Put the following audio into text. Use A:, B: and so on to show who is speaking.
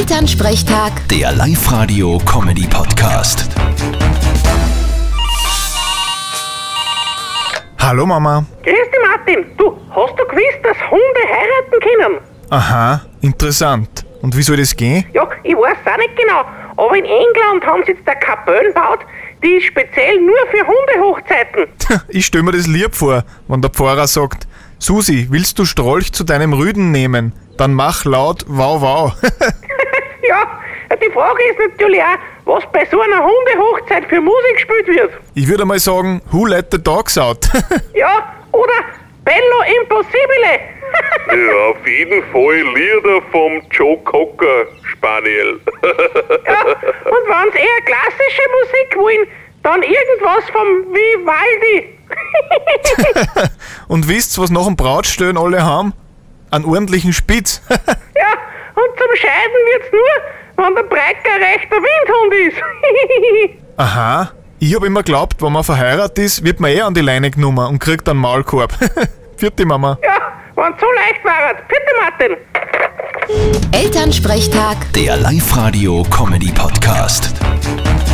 A: Elternsprechtag,
B: Der Live-Radio-Comedy-Podcast.
C: Hallo Mama.
D: Grüß dich, Martin. Du, hast du gewusst, dass Hunde heiraten können?
C: Aha, interessant. Und wie soll das gehen?
D: Ja, ich weiß auch nicht genau, aber in England haben sie jetzt eine Kapelle gebaut, die ist speziell nur für Hundehochzeiten.
C: Ich stelle mir das lieb vor, wenn der Pfarrer sagt, Susi, willst du Strolch zu deinem Rüden nehmen? Dann mach laut Wow Wow.
D: Ja, die Frage ist natürlich auch, was bei so einer Hundehochzeit für Musik gespielt wird.
C: ich würde mal sagen, who let the dogs out?
D: Ja, oder Bello Impossibile.
E: Ja, auf jeden Fall Lieder vom Joe Cocker, Spaniel.
D: ja, und wenn sie eher klassische Musik wollen, dann irgendwas vom Vivaldi.
C: Und wisst, was nach dem Brautstellen alle haben? Einen ordentlichen Spitz.
D: Ja, und zum Scheiden wird's nur, wenn der Brecker rechter Windhund ist.
C: Aha. Ich habe immer geglaubt, wenn man verheiratet ist, wird man eh an die Leine genommen und kriegt einen Maulkorb. Vierte Mama.
D: ja, wenn's so leicht war. Bitte, Martin.
A: Elternsprechtag.
B: Der Live-Radio-Comedy-Podcast.